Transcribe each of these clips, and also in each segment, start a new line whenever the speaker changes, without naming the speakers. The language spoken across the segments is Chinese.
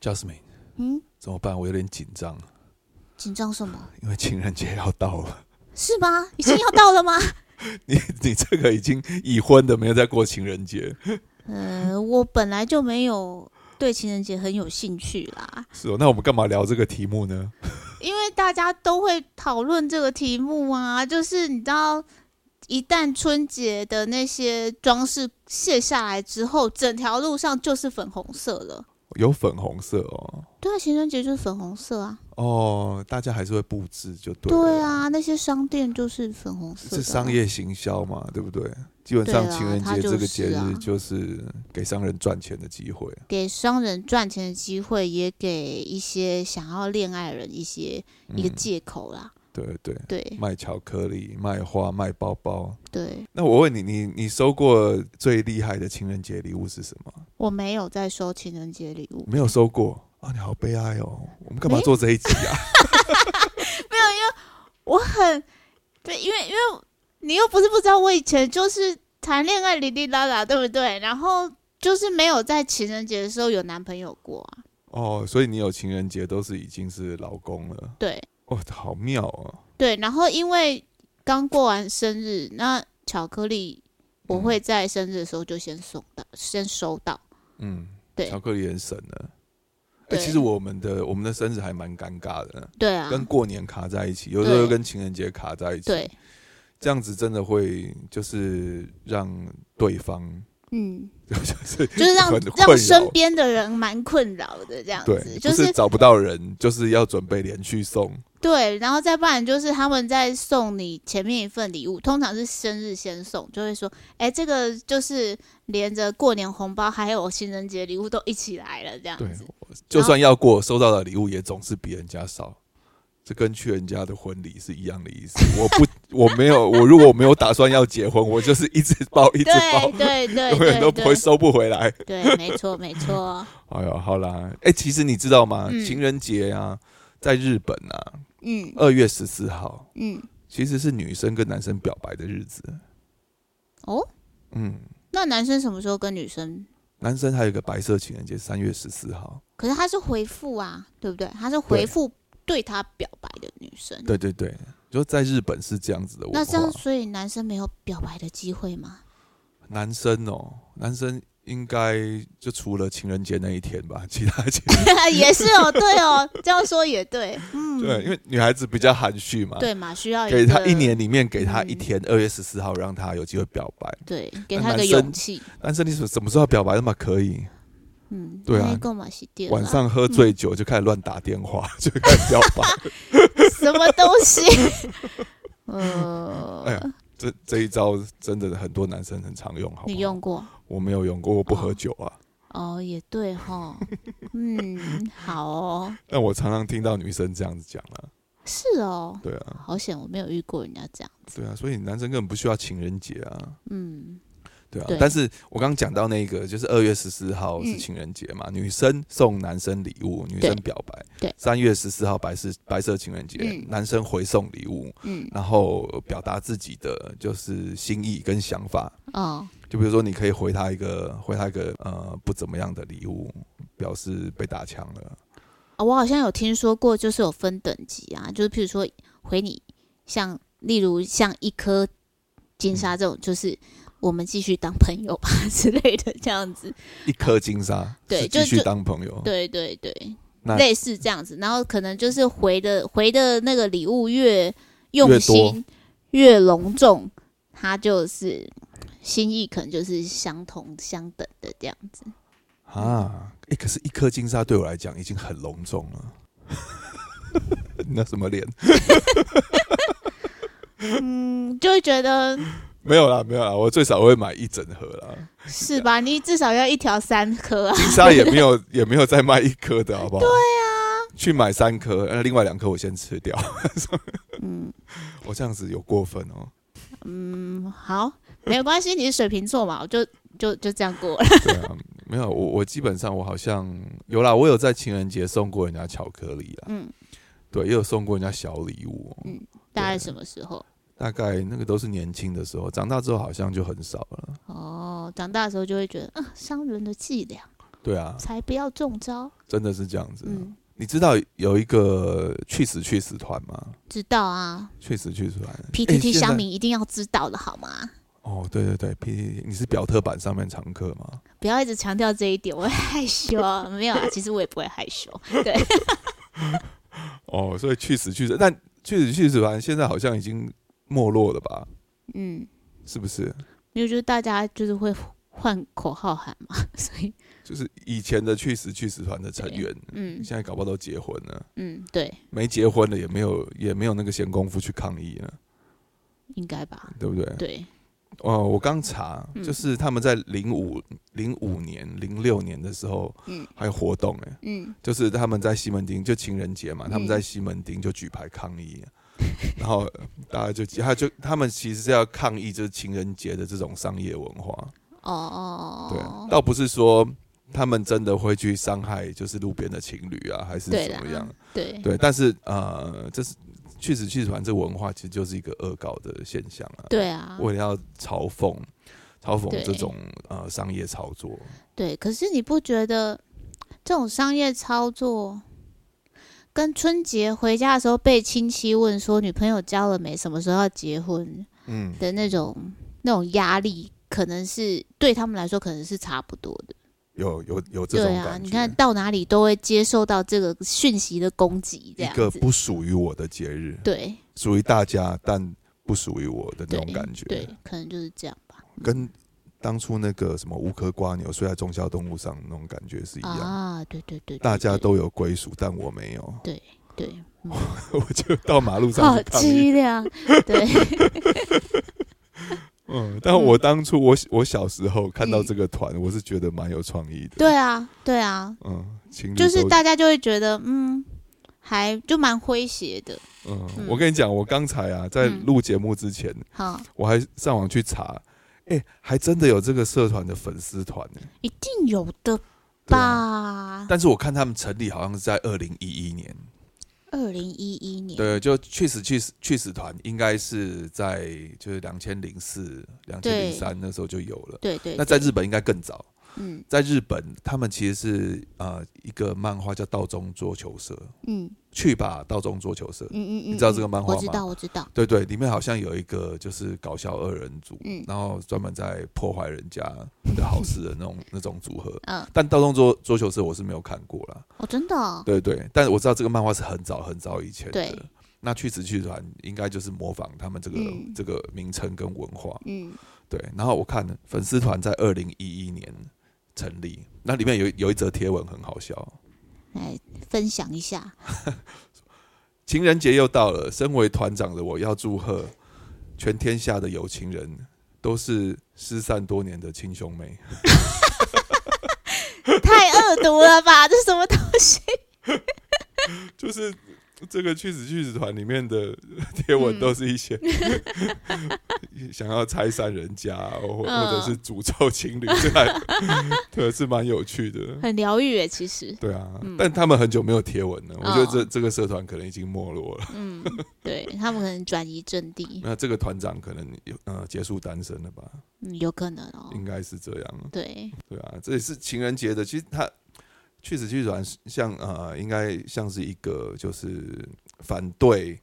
Jasmine，
嗯，
怎么办？我有点紧张，
紧张什么？
因为情人节要到了。
是吗？已经要到了吗？
你你这个已经已婚的，没有在过情人节，
呃，我本来就没有对情人节很有兴趣啦，
是哦？那我们干嘛聊这个题目呢？
因为大家都会讨论这个题目啊，就是你知道。一旦春节的那些装饰卸下来之后，整条路上就是粉红色了。
有粉红色哦，
对啊，情人节就是粉红色啊。
哦，大家还是会布置就对了。
对，啊，那些商店就是粉红色的啊。
是商业行销嘛，对不对？基本上
对啊
情人
它
节
就
这个节
是啊
日就是给商人赚钱的机会。
给商人赚钱的机会，也给一些想要恋爱的人一些、一个
嗯
借口啦。
对对，
对
卖巧克力、卖花、卖包包。
对，
那我问你，你你收过最厉害的情人节礼物是什么？
我没有在收情人节礼物，
没有收过啊！你好悲哀哦。我们干嘛
没
做这一集啊？
我很对，因为因为你又不是不知道，我以前就是谈恋爱哩哩啦啦，对不对？然后就是没有在情人节的时候有男朋友过啊。
哦，所以你有情人节都是已经是老公了。
对
哦，好妙哦。
对，然后因为刚过完生日，那巧克力我会在生日的时候就先送到，先收到。
嗯，
对
巧克力很省呢。哎、
对
其实我们的我们的生日还蛮尴尬的，
对啊，
跟过年卡在一起，有时候
对
又跟情人节卡在一起。
对，，
这样子真的会就是让对方
嗯。
就是
就是让
很
让
困
身
扰
边的人蛮困扰的这样
对，
子，就
不
是
是找不到人，就是要准备连续送。
对，然后再不然就是他们在送你前面一份礼物，通常是生日先送，就会说，哎、这个就是连着过年红包还有情人节礼物都一起来了这样
对
子，
就算要过，收到的礼物也总是比人家少。这跟去人家的婚礼是一样的意思。我不，我没有，我如果没有打算要结婚，我就是一直包，一直包
对， 对对
永远
对
都不会
对
收不回来。
对，没错没错，
哎呦，好啦，哎、其实你知道吗？
嗯
情人节啊，在日本啊，
嗯
二月十四号
嗯，
其实是女生跟男生表白的日子。
哦，
嗯，
那男生什么时候跟女生？
男生还有一个白色情人节，三月十四号。
可是他是回复啊，对不对？他是
对
回复对他表白的女生，
对对对，就在日本是这样子的文化。
那这样所以男生没有表白的机会 吗？
男生哦，男生应该就除了情人节那一天吧，其他节
也是哦，对哦，这样说也对，嗯，
对，因为女孩子比较含蓄嘛，，
对嘛，需要
啊给
他
她一，年里面给她一
嗯
天，二、月十四号让她有机会表白。
对，给
那
他
男
个
生
勇气，
男生你什什么时候要表白那么可以？
嗯，
对啊
那购买洗店
晚上喝醉酒就开始乱打电话， 就开始表 白。
什么东 西？呃，
哎呀这这一招真的很多男生很常用，好不
你
好
用过？
我没有用过，我不喝酒啊。
哦，也对哈，嗯，好哦，
但我常常听到女生这样子讲啊，
是哦，
对啊，
好险我没有遇过人家这样，
对啊，所以男生根本不需要情人节啊。
嗯，
对啊，
对
但是我刚刚讲到那个，就是二月十四号是
嗯
情人节嘛，女生送男生礼物，女生
对
表白。
对
三月十四号白色白色情人节，
嗯
男生回送礼物，
嗯，
然后表达自己的就是心意跟想法。
哦，
就比如说，你可以回他一个回他一个呃不怎么样的礼物，表示被打枪了。
啊我好像有听说过，就是有分等级啊，就是譬如说回你像，例如像一颗金沙这种，就是我们继续当朋友吧之类的这样子。
一颗金沙，
对
是
就
继续
就
当朋友。
对对对，
那
类似这样子。然后可能就是回的回的那个礼物越用心越隆重，他就是心意可能就是相同相等的这样子。
啊，哎、可是一颗金沙对我来讲已经很隆重了。 你那什么脸？
嗯，就会觉得
没有啦，没有啦，我最少会买一整盒啦。
是吧？你至少要一条三颗啊。
金沙也没有也没有再卖一颗的，好不好？对啊，去买三颗，呃那另外两颗我先吃掉。
嗯。
我这样子有过分哦。
嗯，好，没有关系，你是水瓶座嘛，我就就就这样过了。
对啊，没有，我我基本上我好像有啦，我有在情人节送过人家巧克力啦，
嗯，
对，也有送过人家小礼物哦、
嗯大概什么时候？
大概那个都是年轻的时候，长大之后好像就很少了。
啊哦，长大的时候就会觉得，嗯、商人的伎俩。
对啊，
才不要中招。
真的是这样子。啊
嗯，
你知道有一个去死去死团吗？
知道啊
去死去死团哎诶现
，PTT
在
乡民一定要知道的好吗？
哦，对对对，P 你是表特版上面常客吗？
不要一直强调这一点，我会 害羞。没有啊，其实我也不会害羞。对，
哦，所以去死去死，但去死去死团现在好像已经没落了吧？
嗯，
是不是？
因为就是大家就是会换口号喊嘛， 所以
就是以前的去死去死团的成员，
嗯
现在搞不好都结婚了，
嗯，对，
没结婚的也没有也没有那个闲工夫去抗议了，
应该吧？
对不对？
对，
哦，我刚查，
嗯
就是他们在零五零五年、零六年的时候，
嗯
还有活动哎、
嗯
就是他们在西门町就情人节嘛，他们在西门町就举牌抗议，啊 然后大家就他就他们其实是要抗议就是情人节的这种商业文化，
哦哦
对，
哦，
倒不是说他们真的会去伤害就是路边的情侣啊，还是
对
怎么样
啦，，嗯对
对，但是呃，这是去死去死团这文化其实就是一个恶搞的现象啊，
对啊，
为了要嘲讽。嘲讽
对
这种呃商业操作，
对。可是你不觉得这种商业操作？跟春节回家的时候被亲戚问说女朋友交了没，什么时候要结婚，
嗯，
的那种那种压力，可能是对他们来说可能是差不多的。
有有有这种
对
感觉。
啊，你看到哪里都会接受到这个讯息的攻击，这
一
样
个
子。
不属于我的节日，
对
属于大家，但不属于我的那
对
种感觉，
对，可能就是这样吧。
跟当初那个什么无壳瓜牛睡在中孝东路上那种感觉是一样。
啊，对对对，对
大家都有归属，但我没有，
对，对
我就到马路上
好
去抗议。
哦 凄凉。对，
嗯，但我当初我我小时候看到这个团，我是觉得蛮有创意的。，
对啊，对啊，
嗯，情侣
就是
都
大家就会觉得，嗯，还就蛮诙谐的。
嗯，
嗯
我跟你讲，我刚才啊，在
嗯
录节目之前，
哈，
我还上网去查，哎、还真的有这个社团的粉丝团呢。
一定有的
对啊
吧？
但是我看他们成立好像是在二零一一年，
二零一一年，
对，就去死去死去死团应该是在就是两千零四、两千零三那时候就有了。
对对，
那在日本应该更早，
嗯
在日本他们其实是呃一个漫画叫《道中桌球社》，
嗯
去吧道中桌球社
嗯，嗯嗯，
你知道这个漫画
我知
吗
道，我知道。
对对，里面好像有一个就是搞笑二人组，
嗯
然后专门在破坏人家的好事的那种那种组合。
嗯，
但《道中桌桌球社》我是没有看过啦，
哦，真的、哦，
对对，但我知道这个漫画是很早很早以前
对
的。那去死去团应该就是模仿他们这个、
嗯
这个名称跟文化，
嗯，
对。然后我看粉丝团在二零一一年成立，那里面有有一则贴文很好笑，
来分享一下，
情人节又到了，身为团长的我要祝贺全天下的有情人都是失散多年的亲兄妹。
太恶毒了吧？ 这什么东西？
就是这个去死去死团里面的贴文
嗯
都是一些、 想要拆散人家、或或
嗯
者是诅咒情侣，这还对是蛮有趣的。
很疗愈诶，其实，
对啊，
嗯
但他们很久没有贴文了，我觉得这、
哦
这个社团可能已经没落了。
嗯，对他们可能转移阵地，
那这个团长可能有呃结束单身了吧，
嗯，有可能哦，
应该是这样。
对，
对啊，这也是情人节的。其实他去死去死团像呃，应该像是一个就是反对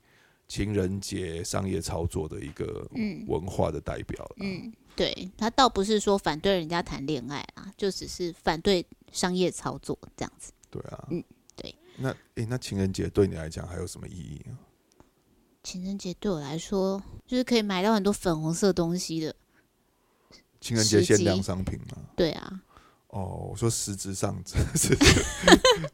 情人节商业操作的一个
嗯
文化的代表。嗯，
嗯，对他倒不是说反对人家谈恋爱啊，就只是反对商业操作这样子。
对啊，
嗯对。
那诶、那情人节对你来讲还有什么意义啊？
情人节对我来说，就是可以买到很多粉红色东西的，
情人节
时机
限量商品吗？
对啊，
哦，我说实质上真的是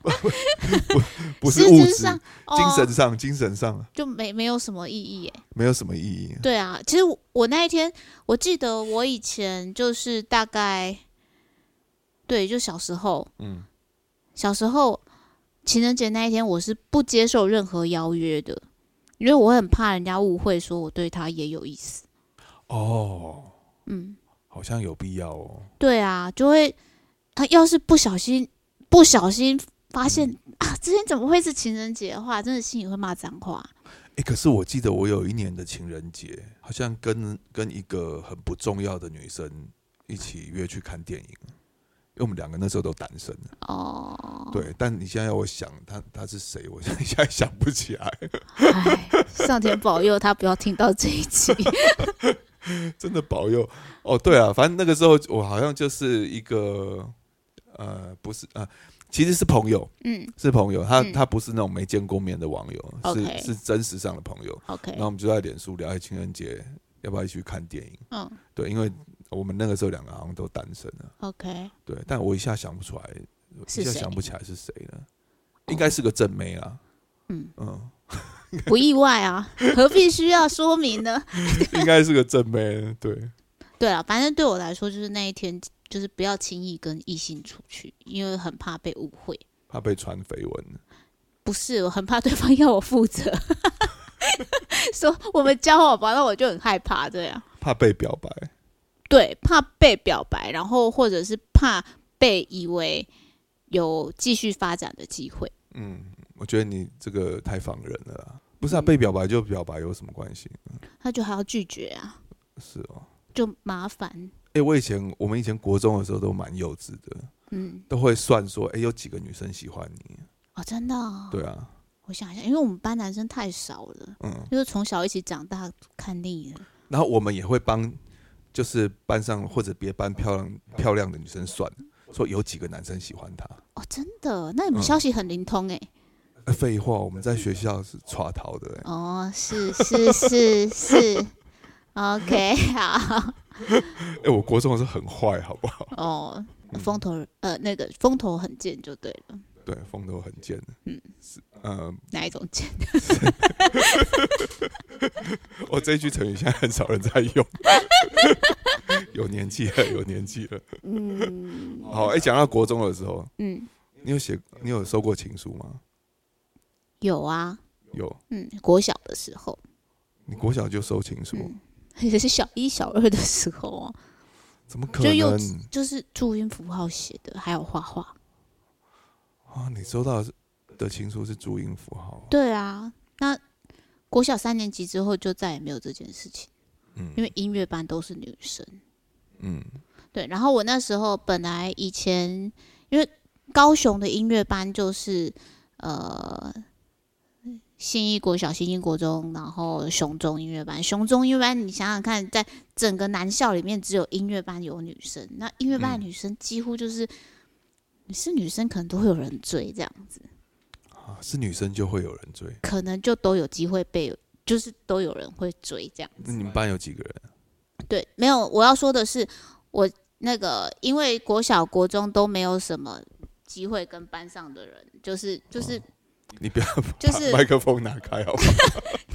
不 不不是
实
物
质
质，
上，
精神
哦、
上精神上
就没没有什么意义诶。
没有什么意义。
对啊，其实我我那一天，我记得我以前就是大概，对，就小时候，
嗯，
小时候情人节那一天，我是不接受任何邀约的，因为我很怕人家误会说我对他也有意思。
哦，
嗯，
好像有必要哦。
对啊，就会他要是不小心不小心发现、啊，今天怎么会是情人节的话，真的心里会骂脏话。
哎、可是我记得我有一年的情人节，好像跟跟一个很不重要的女生一起约去看电影，因为我们两个那时候都单身了
哦，
对，但你现在要我想他他是谁，我现在现在想不起来，
唉，上天保佑他不要听到这一集。
真的保佑哦。对啊，反正那个时候我好像就是一个呃，不是呃，其实是朋友，
嗯
是朋友，他、
嗯
他不是那种没见过面的网友，
OK
是是真实上的朋友。
，OK，
然后我们就在脸书聊，哎，情人节要不要一起去看电影？
嗯
对，因为我们那个时候两个好像都单身啊。
，OK，
对，但我一下想不出来，
哦是
一下
谁哦
想不起来是谁了，应该是个正妹啊。
嗯，
嗯，
不意外啊，何必需要说明呢？
应该是个正妹，对，
对啊，反正对我来说，就是那一天，就是不要轻易跟异性出去，因为很怕被误会。
怕被传绯闻。
不是，我很怕对方要我负责， 说我们交往吧，那我就很害怕，对啊，
怕被表白，
对，怕被表白，然后或者是怕被以为有继续发展的机会。
嗯，我觉得你这个太放人了啦。不是啊，
嗯
被表白就表白有什么关系？
那就还要拒绝啊，
是哦，
就麻烦。
哎、我以前我们以前国中的时候都蛮幼稚的，
嗯，
都会算说，哎、有几个女生喜欢你？
哦，真的、哦，
对啊，
我想一下，因为我们班男生太少了，
嗯，
就是从小一起长大看腻了。
然后我们也会帮，就是班上或者别班漂亮漂亮的女生算，说有几个男生喜欢她。
哦，真的，那你们
嗯
消息很灵通哎、
呃废话，我们在学校是耍逃的、欸，
哦，是是是是，OK，好。
哎、我国中的时候很坏，好不好？
哦，
嗯
风头呃那个风头很贱就对了，
对，风头很尖，
嗯
嗯，是，呃，
哪一种贱？
我哦这一句成语现在很少人在用， 有年纪了，有年纪了。
嗯
好，哎、讲到国中的时候，
嗯，
你有写，你有收过情书吗？
有啊，
有，
嗯，国小的时候，
你国小就收情书，
嗯，也是小一小二的时候哦，
怎么可
就幼
能
稚就是注音符号写的，还有画画。
啊？你收到的是的情书是注音符号，
对啊，那国小三年级之后就再也没有这件事情，
嗯
因为音乐班都是女生。
嗯，
对，然后我那时候本来以前因为高雄的音乐班就是呃新一国小、新一国中，然后雄中音乐班。雄中音乐班，你想想看，在整个男校里面，只有音乐班有女生，那音乐班
嗯
的女生几乎就是、你是女生，可能都会有人追，这样子，
啊，是女生就会有人追。
可能就都有机会被，就是都有人会追这样子
那你们班有几个人？
对，没有，我要说的是，我那个因为国小、国中都没有什么机会跟班上的人，就是就是
你不要
嗯就
把
是
麦克风拿开好 不好？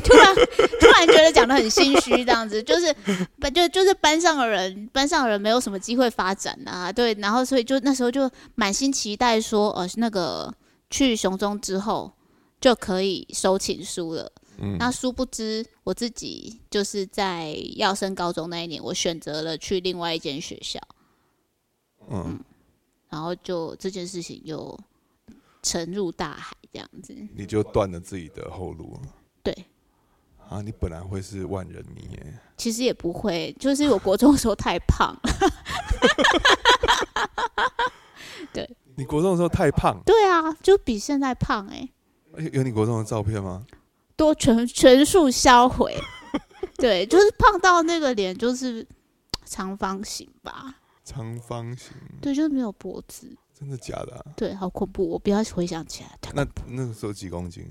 突然突然觉得讲的很心虚，这样子就是班就就是班上的人，班上的人没有什么机会发展啊，对，然后所以就那时候就满心期待说，呃，那个去雄中之后就可以收情书了。
嗯
那殊不知，我自己就是在要升高中那一年，我选择了去另外一间学校。
嗯，
然后就这件事情又沉入大海这样子。
你就断了自己的后路
对，
啊！你本来会是万人迷耶，
其实也不会，就是我国中的时候太胖了。
你国中的时候太胖，
对啊，就比现在胖哎、
哎有你国中的照片吗？
多全全数销毁。对，就是胖到那个脸就是长方形吧，
长方形，
对，就是没有脖子，
真的假的、啊？
对，好恐怖，我不要回想起来，
那那个时候几公斤？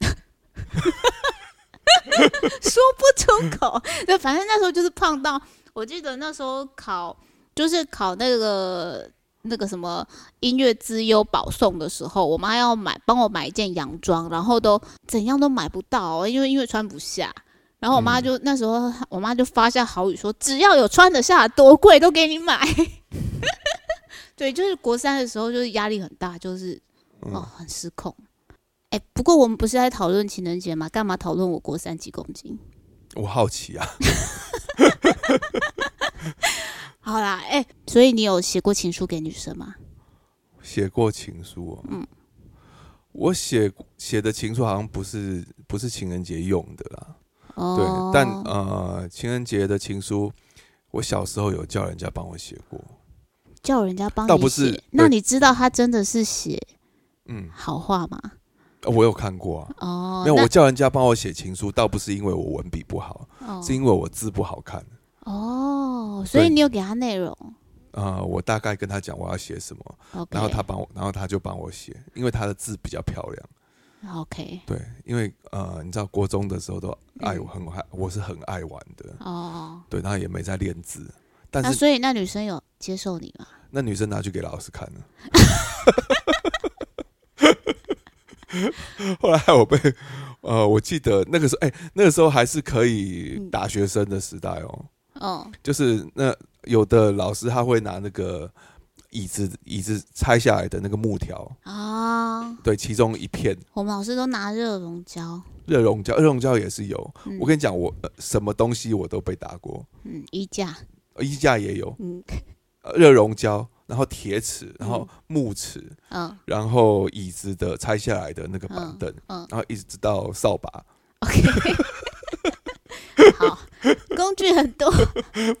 说 不出口。对，反正那时候就是胖到，我记得那时候考就是考那个那个什么音乐资优保送的时候，我妈要买帮我买一件洋装，然后都怎样都买不到，哦因为因为穿不下。然后我妈就、那时候，我妈就发下豪语说，只要有穿得下，多贵都给你买。 对，就是国三的时候，就是压力很大，就是
嗯，
哦，很失控。哎、不过我们不是在讨论情人节吗？干嘛讨论我国三几公斤？
我好奇啊，
好啦，哎、所以你有写过情书给女生吗？
写过情书、哦，嗯，我写写的情书好像不是不是情人节用的啦，
哦
对，，但呃呃，情人节的情书，我小时候有叫人家帮我写过，
叫人家帮
倒
你
不是
写，那
对
你知道他真的是写
嗯，
好话吗？
呃我有看过啊。
哦，
没有，我叫人家帮我写情书，倒不是因为我文笔不好，
那哦
是因为我字不好看。
哦，所以
对
你有给他内容，
啊，我大概跟他讲我要写什么，
OK，
然后他帮我，然后他就帮我写，因为他的字比较漂亮。
OK
对，因为呃，你知道国中的时候都爱
嗯
我很爱，我是很爱玩的，
哦，
对，然后也没在练字，但
那
是
所以那女生有接受你吗？
那女生拿去给老师看了。 后来我被，呃，我记得那个时候，哎、那个时候还是可以
嗯
打学生的时代哦，
哦，
就是那有的老师他会拿那个椅子椅子拆下来的那个木条，
啊，
对，其中一片
我们老师都拿热熔胶，
热熔胶，热熔胶也是有。
嗯
我跟你讲，我、呃什么东西我都被打过，
嗯衣架，
呃衣架也有，
嗯
呃热熔胶，然后铁尺，然后木尺，
嗯
然后椅子的拆下来的那个板凳，
嗯
然后一直到扫把，
，OK，好，工具很多，哦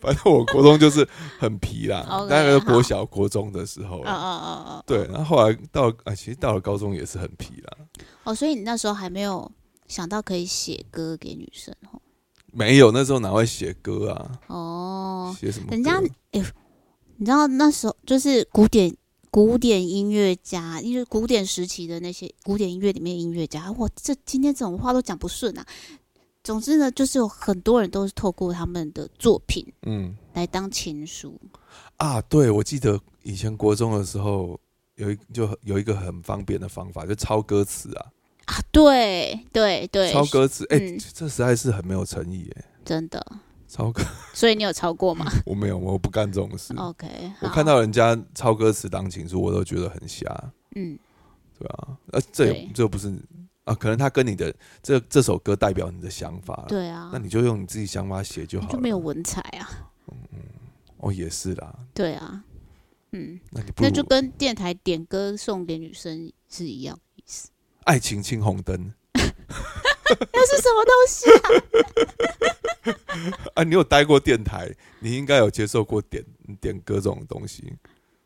反正我国中就是很皮啦
OK，，
大概是国小国中的时候
哦哦
啦。
哦哦，
对，然后后来到啊，其实到了高中也是很皮啦，
哦，所以你那时候还没有想到可以写歌给女生哦，
没有那时候哪会写歌啊，
哦，
写什么歌？
人家哎、你知道那时候就是古典古典音乐家，因为古典时期的那些古典音乐里面的音乐家，哇，这今天这种话都讲不顺啊。总之呢，就是有很多人都是透过他们的作品
嗯
来当情书，
啊，对，我记得以前国中的时候有一就有一个很方便的方法，就抄歌词啊，
对对对，
抄歌词，哎、
嗯
这实在是很没有诚意哎，
真的。
抄歌
所以你有抄过吗
我没有，我不干这种事。
？OK，
嗯我
好
看到人家抄歌词当情书，我都觉得很瞎，
嗯，
对啊，呃，这也
对
这又不是啊，可能他跟你的这这首歌代表你的想法，，
对啊
那，你就用你自己想法写就好
你
了，
就没有文采啊，
哦，也是啦，
对啊，嗯，
那你不
那就
如
跟电台点歌送给女生是一样的意思。
爱情青红灯
那是什么东西啊？
啊，你有待过电台，你应该有接受过点点歌这种东西，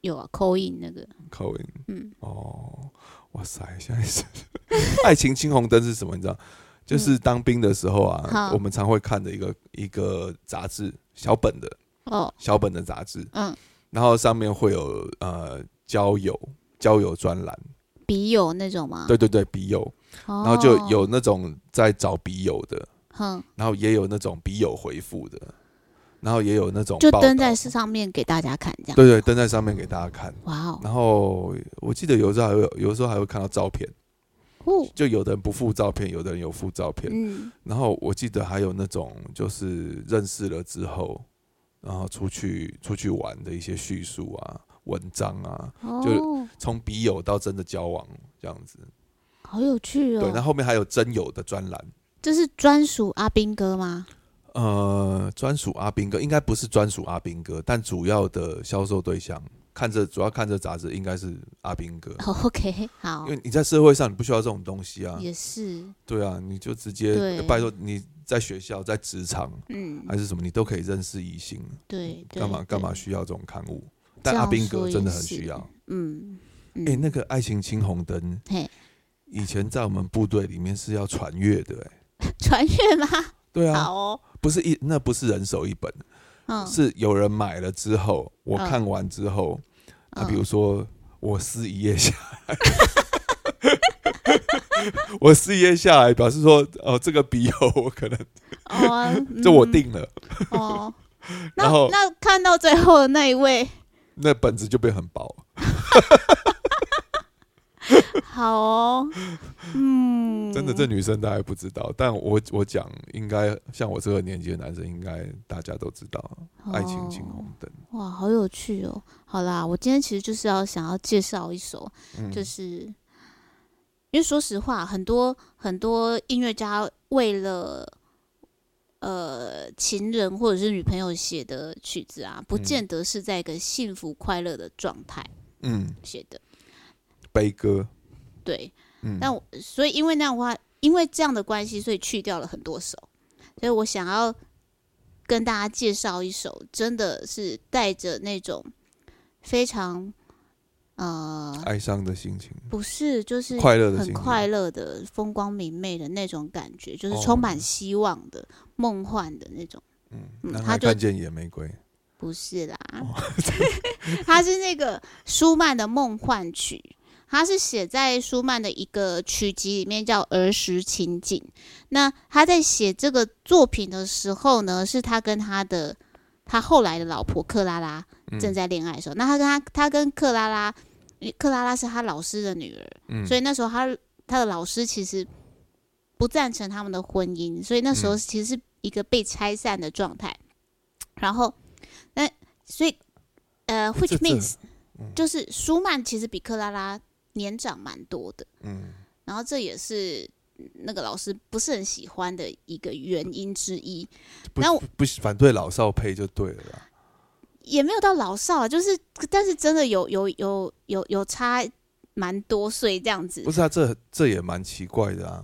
有啊，扣印那个，
口音
嗯，
哦，哇塞，现在是 爱情青红灯是什么？你知道？就是当兵的时候啊，
嗯好
我们常会看的一个一个杂志，小本的
哦，
小本的杂志，
嗯，
然后上面会有呃交友交友专栏，
笔友那种吗？
对，对对，笔友，
然
然后就，有那种在找笔友的，
哼，
然后也有那种笔友回复的，然后也有那种
就
报
登
道
在上面给大家看这样。
对对登在上面给大家看。
哇哦，
然后我记得有时候还会有，有时候还会看到照片，
哦，
就有的人不附照片，有的人有附照片。
嗯，
然后我记得还有那种就是认识了之后，然后出去出去玩的一些叙述啊、文章啊，
哦，
从笔友到真的交往这样子。
好有趣
对，那
哦。
后面还有真友的专栏，
这是专属阿兵哥吗？
呃，专属阿兵哥应该不是专属阿兵哥，但主要的销售对象看这主要看这杂志应该是阿兵哥，
哦，OK，好
因，为你在社会上你不需要这种东西啊，
也是，
对啊，你就直接
对
拜托你在学校在职场
嗯，
还是什么，你都可以认识异性，
对，对
啊干嘛干嘛？
对
需要这种刊物？但
这
阿
样
兵
说
哥
也
真的很
是
需要。
嗯，嗯
哎、那个爱情青红灯
嘿，
以前在我们部队里面是要传阅的、哎，
穿越吗？
对啊，
好哦，
不是一那不是人手一本，
嗯，
是有人买了之后，我
嗯
看完之后，啊，
嗯
比如说我撕一页下来， 我撕一页下来，表示说，哦，这个笔友我可能
哦啊
这我
嗯
定了，
哦。那
然后
那看到最后的那一位，
那本子就变很薄。
好哦，嗯，
真的，这女生大家不知道，但我我讲应该像我这个年纪的男生，应该大家都知道，
哦
爱情哦青红灯》
哇，好有趣哦！好啦，我今天其实就是要想要介绍一首，
嗯，
就是因为说实话，很多很多音乐家为了呃情人或者是女朋友写的曲子啊，不
嗯
见得是在一个幸福快乐的状态
嗯，
写的。
悲歌，
对，
嗯，
但我所以因为那样的话，因为这样的关系，所以去掉了很多首，所以我想要跟大家介绍一首，真的是带着那种非常呃，
哀伤的心情，
不是就是
快乐的心
很
情，
快乐的、风光明媚的那种感觉，就是
哦
充满希望的、梦幻的那种。
嗯，
嗯
男
他
孩
就
看见野玫瑰，
不是啦， 它是那个舒曼的梦幻曲，它是写在舒曼的一个曲集里面，叫《儿时情景》。那他在写这个作品的时候呢，是他跟他的他后来的老婆克拉拉
嗯
正在恋爱的时候。那他跟他他跟克拉拉，克拉拉是他老师的女儿，
嗯
所以那时候他他的老师其实不赞成他们的婚姻，所以那时
嗯
候其实是一个被拆散的状态。然后，那所以呃
这这
，which means、
嗯
就是舒曼其实比克拉拉年长蛮多的，
嗯
然后这也是那个老师不是很喜欢的一个原因之一，
不
那我
不不反对老少配就对了啦，
也没有到老少啊，就是但是真的有有有有有差蛮多岁这样子
不，是啊，这这也蛮奇怪的啊，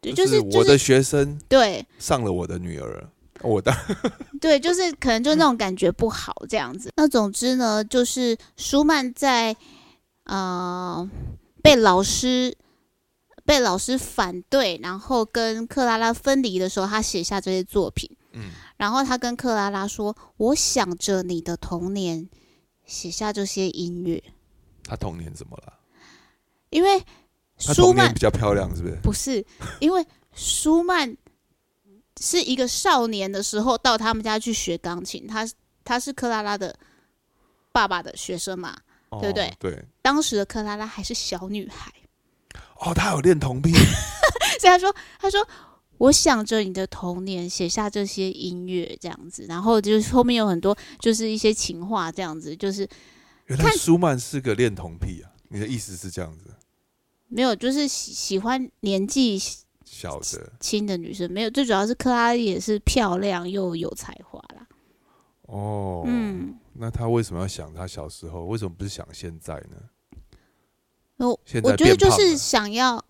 对，
就是我
呃就
的
是
学生
对，
上了我的女儿，哦我当
对，就是可能就那种感觉不好这样子。那总之呢，就是舒曼在呃被老师被老师反对，然后跟克拉拉分离的时候，他写下这些作品。
嗯
然后他跟克拉拉说：“我想着你的童年，写下这些音乐，
他童年怎么了？
因为
他
舒
童
曼
年比较漂亮，是不是？
不是，因为舒曼是一个少年的时候到他们家去学钢琴，他他是克拉拉的爸爸的学生嘛，
哦
对不对？
对，
当时的克拉拉还是小女孩，
哦，他有恋童癖，
所以他说他说。我想着你的童年，写下这些音乐这样子，然后就是后面有很多就是一些情话这样子，就是
原来舒曼是个恋童癖啊！你的意思是这样子，
没有就是喜喜欢年纪
小的
轻的女生，没有最主要是克拉拉也是漂亮又有才华啦，
哦，
嗯。
那他为什么要想他小时候？为什么不是想现在呢？
我
现在
我觉得
变
就
胖
是
了
想要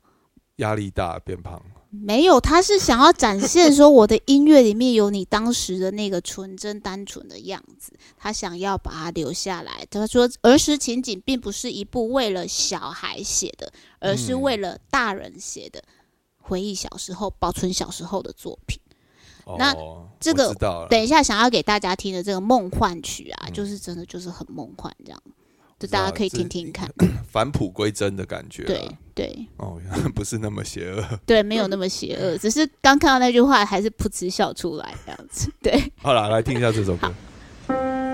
压力大变胖，
没有，他是想要展现说我的音乐里面有你当时的那个纯真单纯的样子，他想要把它留下来。他说儿时情景并不是一部为了小孩写的，而是
嗯
为了大人写的，回忆小时候、保存小时候的作品。
哦，
那这个
我知道了，
等一下想要给大家听的这个梦幻曲啊，
嗯
就是真的就是很梦幻这样，就
知道
大家可以
这
听听看。
返璞归真的感觉啊。
对对
哦，原来不是那么邪恶。
对，没有那么邪恶，只是刚看到那句话还是噗嗤笑出来这样子。对。
好了，来听一下这首歌。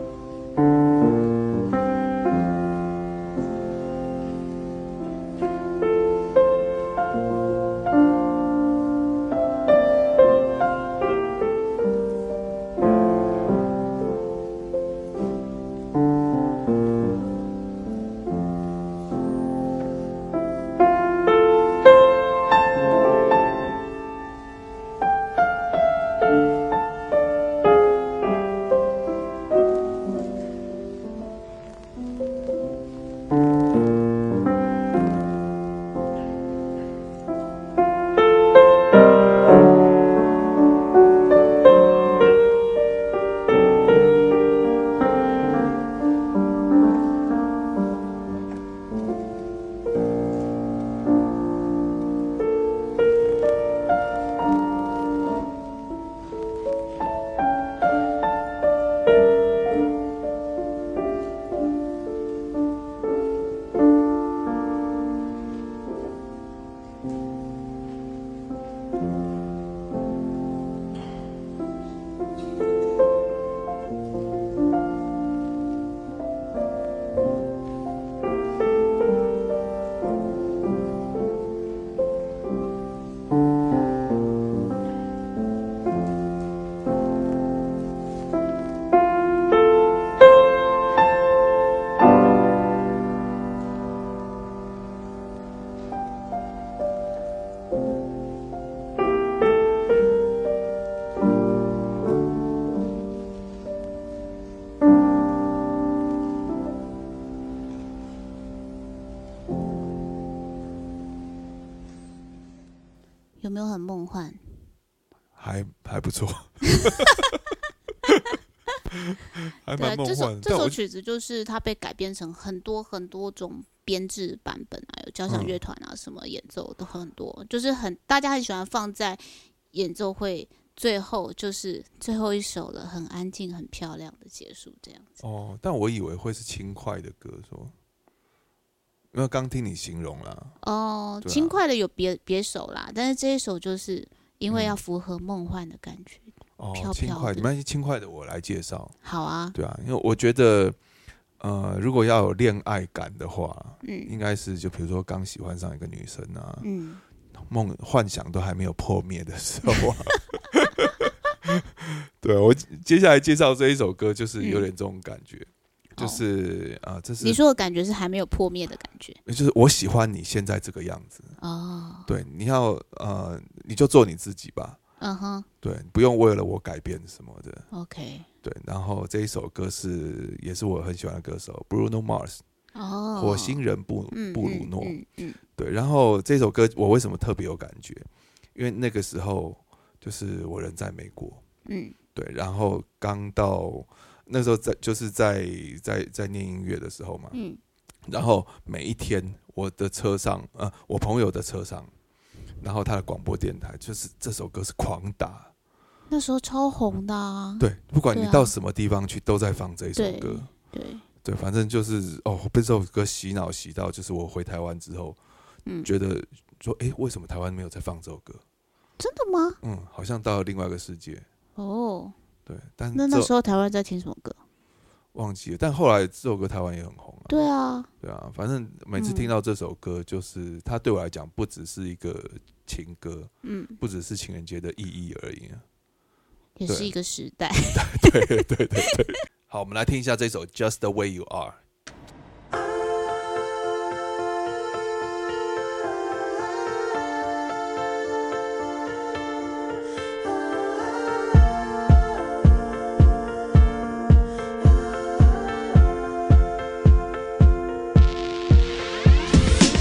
啊。
有没有很梦幻？
还还不 错，还
对啊，
蛮梦
这首
幻。
这
但
首
我
曲子就是它被改编成很多很多种编制版本啊，有交响
嗯
乐团啊，什么演奏都很多，就是很大家很喜欢放在演奏会最后，就是最后一首了，很安静、很漂亮的结束这样子。
哦，但我以为会是轻快的歌，说，因为刚听你形容啦，
哦，
对啊
轻快的有别别首啦，但是这一首就是因
嗯
为要符合梦幻的感觉。
哦
飘，
轻
飘
快，
的
没关系，轻快的我来介绍，
好啊，
对啊，因为我觉得，呃，如果要有恋爱感的话，
嗯
应该是就比如说刚喜欢上一个女生啊，
嗯，
梦幻想都还没有破灭的时候啊。 对我接下来介绍这一首歌，就是有点这种感觉，就
哦
是啊、这是
嗯你说的感觉是还没有破灭的感觉
就是我喜欢你现在这个样子，
哦，
对，你要呃，你就做你自己吧，
嗯哼
对，不用为了我改变什么的，
，OK，
对。然后这一首歌是也是我很喜欢的歌手 Bruno Mars，
哦，
火星人布
嗯，
布鲁诺，
嗯嗯嗯
对，然后这首歌我为什么特别有感觉？因为那个时候就是我人在美国，
嗯
对，然后刚到那时候在就是在在在念音乐的时候嘛，
嗯
然后每一天我的车上，呃，我朋友的车上，然后他的广播电台就是这首歌是狂打，
那时候超红的、啊。
对，不管你
对啊
到什么地方去都在放这一首
对
歌，
对，
对，反正就是哦，我被这首歌洗脑洗到，就是我回台湾之后
嗯，
觉得说，诶，为什么台湾没有在放这首歌？
真的吗？
嗯，好像到了另外一个世界。
哦，
对，但
那
这
那时候台湾在听什么歌？
忘记了。但后来这首歌台湾也很红啊。
对啊，
对啊，反正每次听
嗯
到这首歌，就是、它对我来讲不只是一个情歌，
嗯，
不只是情人节的意义而已、啊。
也
对
是一个时代。
对对对对。好，我们来听一下这首《Just the Way You Are》。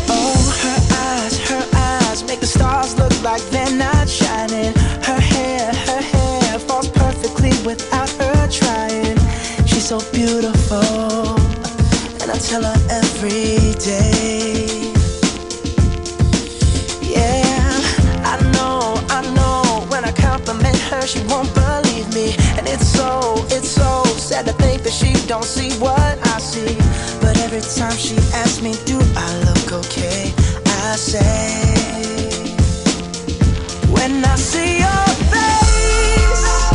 Oh, her eyes, her eyes make the stars look like they're not shining. Her hair, her hair falls perfectly without her trying. She's so beautiful, and I tell her every day. Yeah, I know, I know. When I compliment her, she won't believe me. And it's so, it's so sad to think that she don't see what I see. But every time she asks me, do I look okay? I say, when I see your face,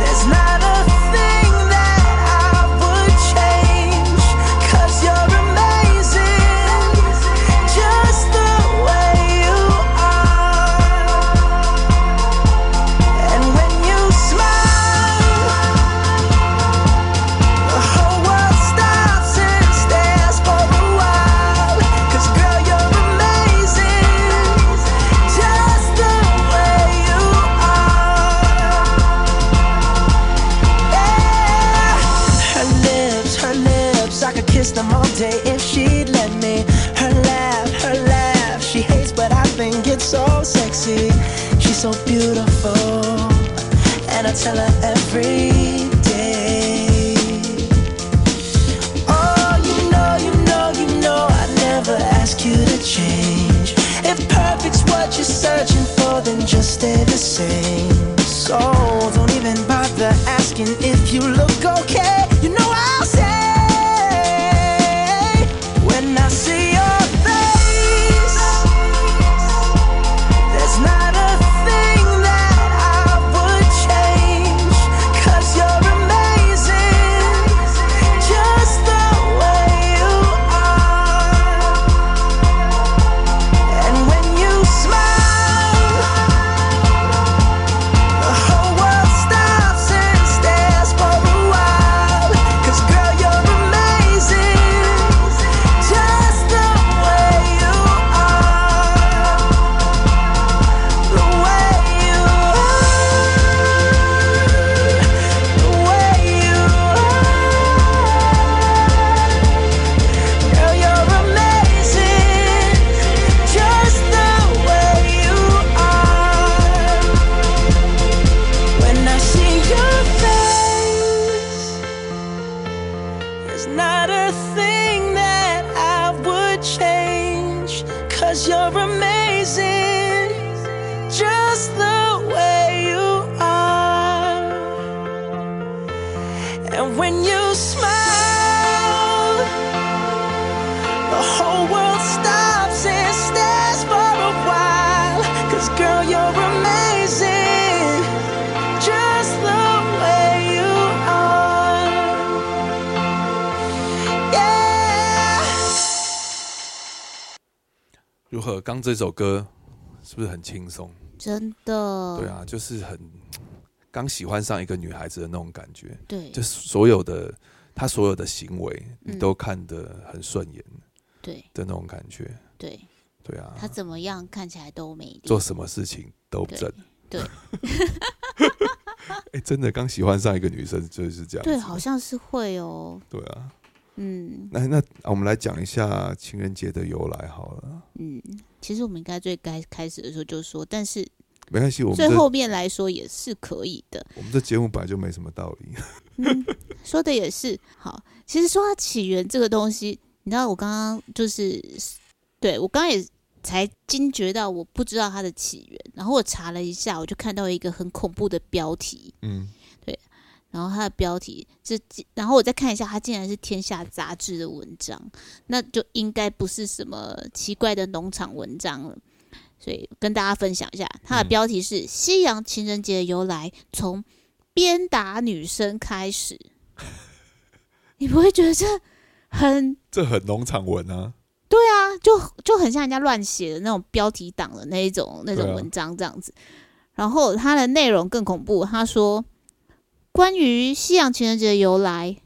there's not a thing that I would change. you you're amazing, just the way you are. And when you smile, the whole world stops and stares for a while. 'Cause girl, you're amazing, just the way you are. Her lips, her lips, I could kiss them all day if she'd let me. Her laugh, her laugh, she hates, but I think it's so sexy. She's so beautiful, and I tell her every day. Oh, you know, you know, you know, I never ask you to change. If perfect's what you're searching for, then just stay the same. So don't even bother asking if you look okay. You know I'll say when I see your face, there's not a thing that I would change. 'Cause you're Cause you're amazing, just the way you are. And when you smile, the whole world stops and stares for a while. Cause girl, you're amazing, just the way you are. Yeah.
如何？刚这首歌是不是很轻松？
真的，
对，啊，就是很刚喜欢上一个女孩子的那种感觉，
对，
就所有的她所有的行为，你
嗯
都看得很顺眼
对
的那种感觉。
对，
对啊，
他怎么样看起来都美丽，
做什么事情都
对
正。
对
哎、真的刚喜欢上一个女生就是这样子。
对，好像是会哦，
对啊，
嗯
那那啊我们来讲一下情人节的由来好了。
嗯，其实我们应该最该开始的时候就说，但是
没关系，我们
最
这
后面来说也是可以的，
我们这节目本来就没什么道理。
嗯，说的也是好。其实说到起源这个东西，你知道我刚刚就是，对我刚刚也才惊觉到我不知道它的起源，然后我查了一下，我就看到一个很恐怖的标题，
嗯，
然后它的标题是，然后我再看一下，它竟然是《天下》杂志的文章，那就应该不是什么奇怪的农场文章了。所以跟大家分享一下，它
嗯
的标题是《西洋情人节的由来：从鞭打女生开始》。你不会觉得这很
这很农场文啊。
啊，就就很像人家乱写的那种标题党的那一种那
对
种
啊
文章这样子。然后它的内容更恐怖，他说关于西洋情人节的由来，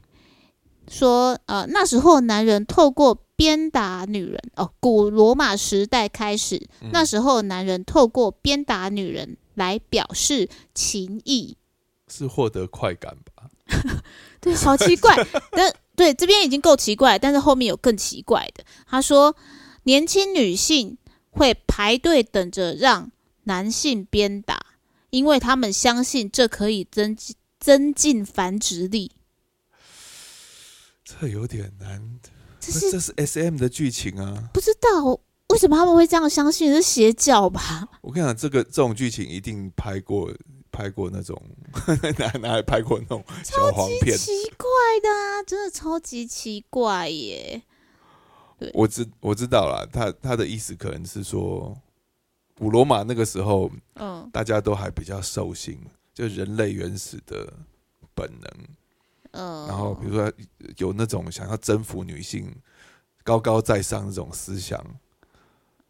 说呃那时候男人透过鞭打女人哦，古罗马时代开始，
嗯
那时候男人透过鞭打女人来表示情意。
是获得快感吧？
对，好奇 怪。但对这边已经够奇怪，但是后面有更奇怪的。他说，年轻女性会排队等着让男性鞭打，因为他们相信这可以增进增进繁殖力。
这有点难。
这
这
是
这是 S M 的剧情啊！
不知道为什么他们会这样相信，是邪教吧？
我跟你讲，这个这种剧情一定拍过，拍过那种 哪哪里拍过那种小黄片。
奇怪的啊，真的超级奇怪耶。
我知我知道啦，他他的意思可能是说，古罗马那个时候
嗯
大家都还比较兽性，就人类原始的本能。
嗯，
然后比如说有那种想要征服女性、高高在上那种思想，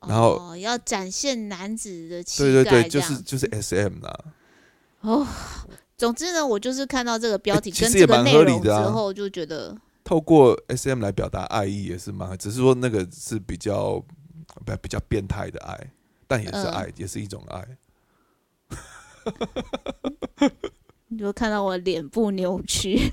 然后
哦、要展现男子的气
对
概这
对对，
样，
就是就是 S M 啦。
哦，总之呢，我就是看到这个标题
欸其
跟
实
这
也
个
蛮
内
合理
容之
的啊
后，就觉得
透过 S M 来表达爱意也是蛮，只是说那个是比较比比较变态的爱，但也是
嗯
爱，也是一种爱。
你就看到我脸部扭曲，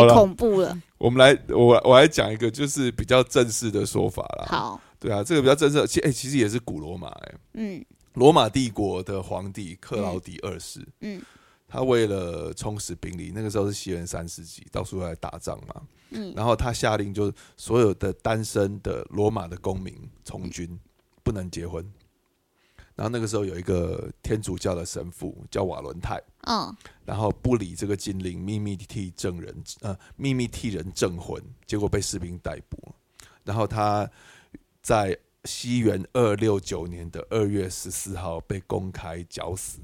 好啦
恐怖了。
我们来，我我来讲一个就是比较正式的说法啦。，
好，
对啊，这个比较正式的，其哎、其实也是古罗马哎、
嗯
罗马帝国的皇帝克劳迪二世，
嗯
他为了充实兵力，那个时候是西元三世纪，到处来打仗嘛，
嗯，
然后他下令就是所有的单身的罗马的公民从军，不能结婚。然后那个时候有一个天主教的神父叫瓦伦泰，
嗯，
然后不理这个禁令，秘密替证人呃秘密替人证婚，结果被士兵逮捕。然后他在西元二六九年的二月十四号被公开绞死，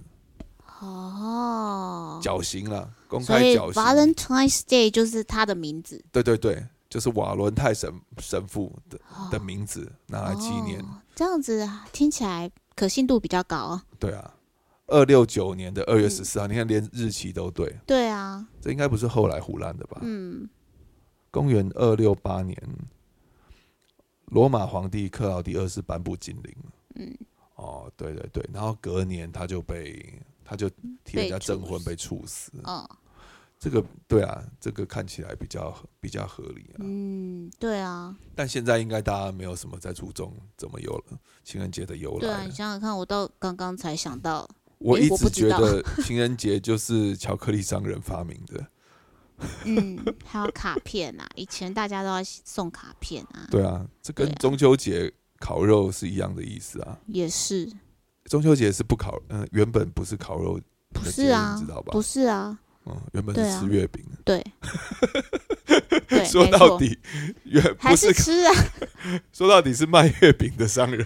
哦，
绞刑了，公
所
开
以
绞刑。
Valentine's Day 就是他的名字
对对对，就是瓦伦泰神神父的的名字拿来纪念。
哦这样子啊听起来可信度比较高啊。
对啊，二六九年的二月
嗯
十四号，你看连日期都对，
对啊，
这应该不是后来胡乱的吧？
嗯
公元二六八年，罗马皇帝克劳迪二世颁布禁令。
嗯，
哦，对对对，然后隔年他就被他就替人家证婚被处死。
哦，
这个对啊，这个看起来比较合比较合理啊。
嗯，对啊，
但现在应该大家没有什么在注重怎么有了情人节的由
对啊，
来
你
了。
想想看，我到刚刚才想到，
我
诶
一
我
直
不知
觉
道
得情人节就是巧克力商人发明的。
嗯， 还有卡片啊，以前大家都要送卡片啊。
对啊，这跟
对啊
中秋节烤肉是一样的意思啊。
也是，
中秋节是不烤，嗯、原本不是烤肉的
不
节日，
是啊
你知道，吧
不？是啊，
嗯，原本是
对啊
吃月饼。
对，对，
说
没
到
错，
底，原
还
不
是
是
吃啊，
说到底是卖月饼的商人，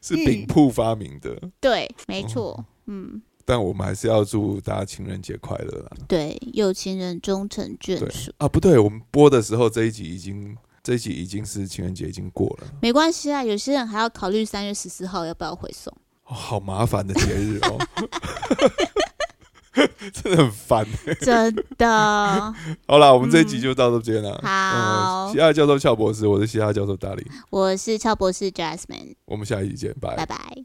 是
嗯
饼铺发明的。
对，
哦
没错，嗯，
但我们还是要祝大家情人节快乐啦！
对，有情人终成眷
对
属，
啊，不对，我们播的时候这一集已经这一集已经是情人节已经过了，
没关系啊，有些人还要考虑三月十四号要不要回 送，
哦、好麻烦的节日哦， 真的很烦。
真的，
好啦，我们这一集就到这边了。
好
呃西亚教授俏博士，我是西亚教授大林，
我是俏博士 Jasmine，
我们下一集见，拜
拜拜。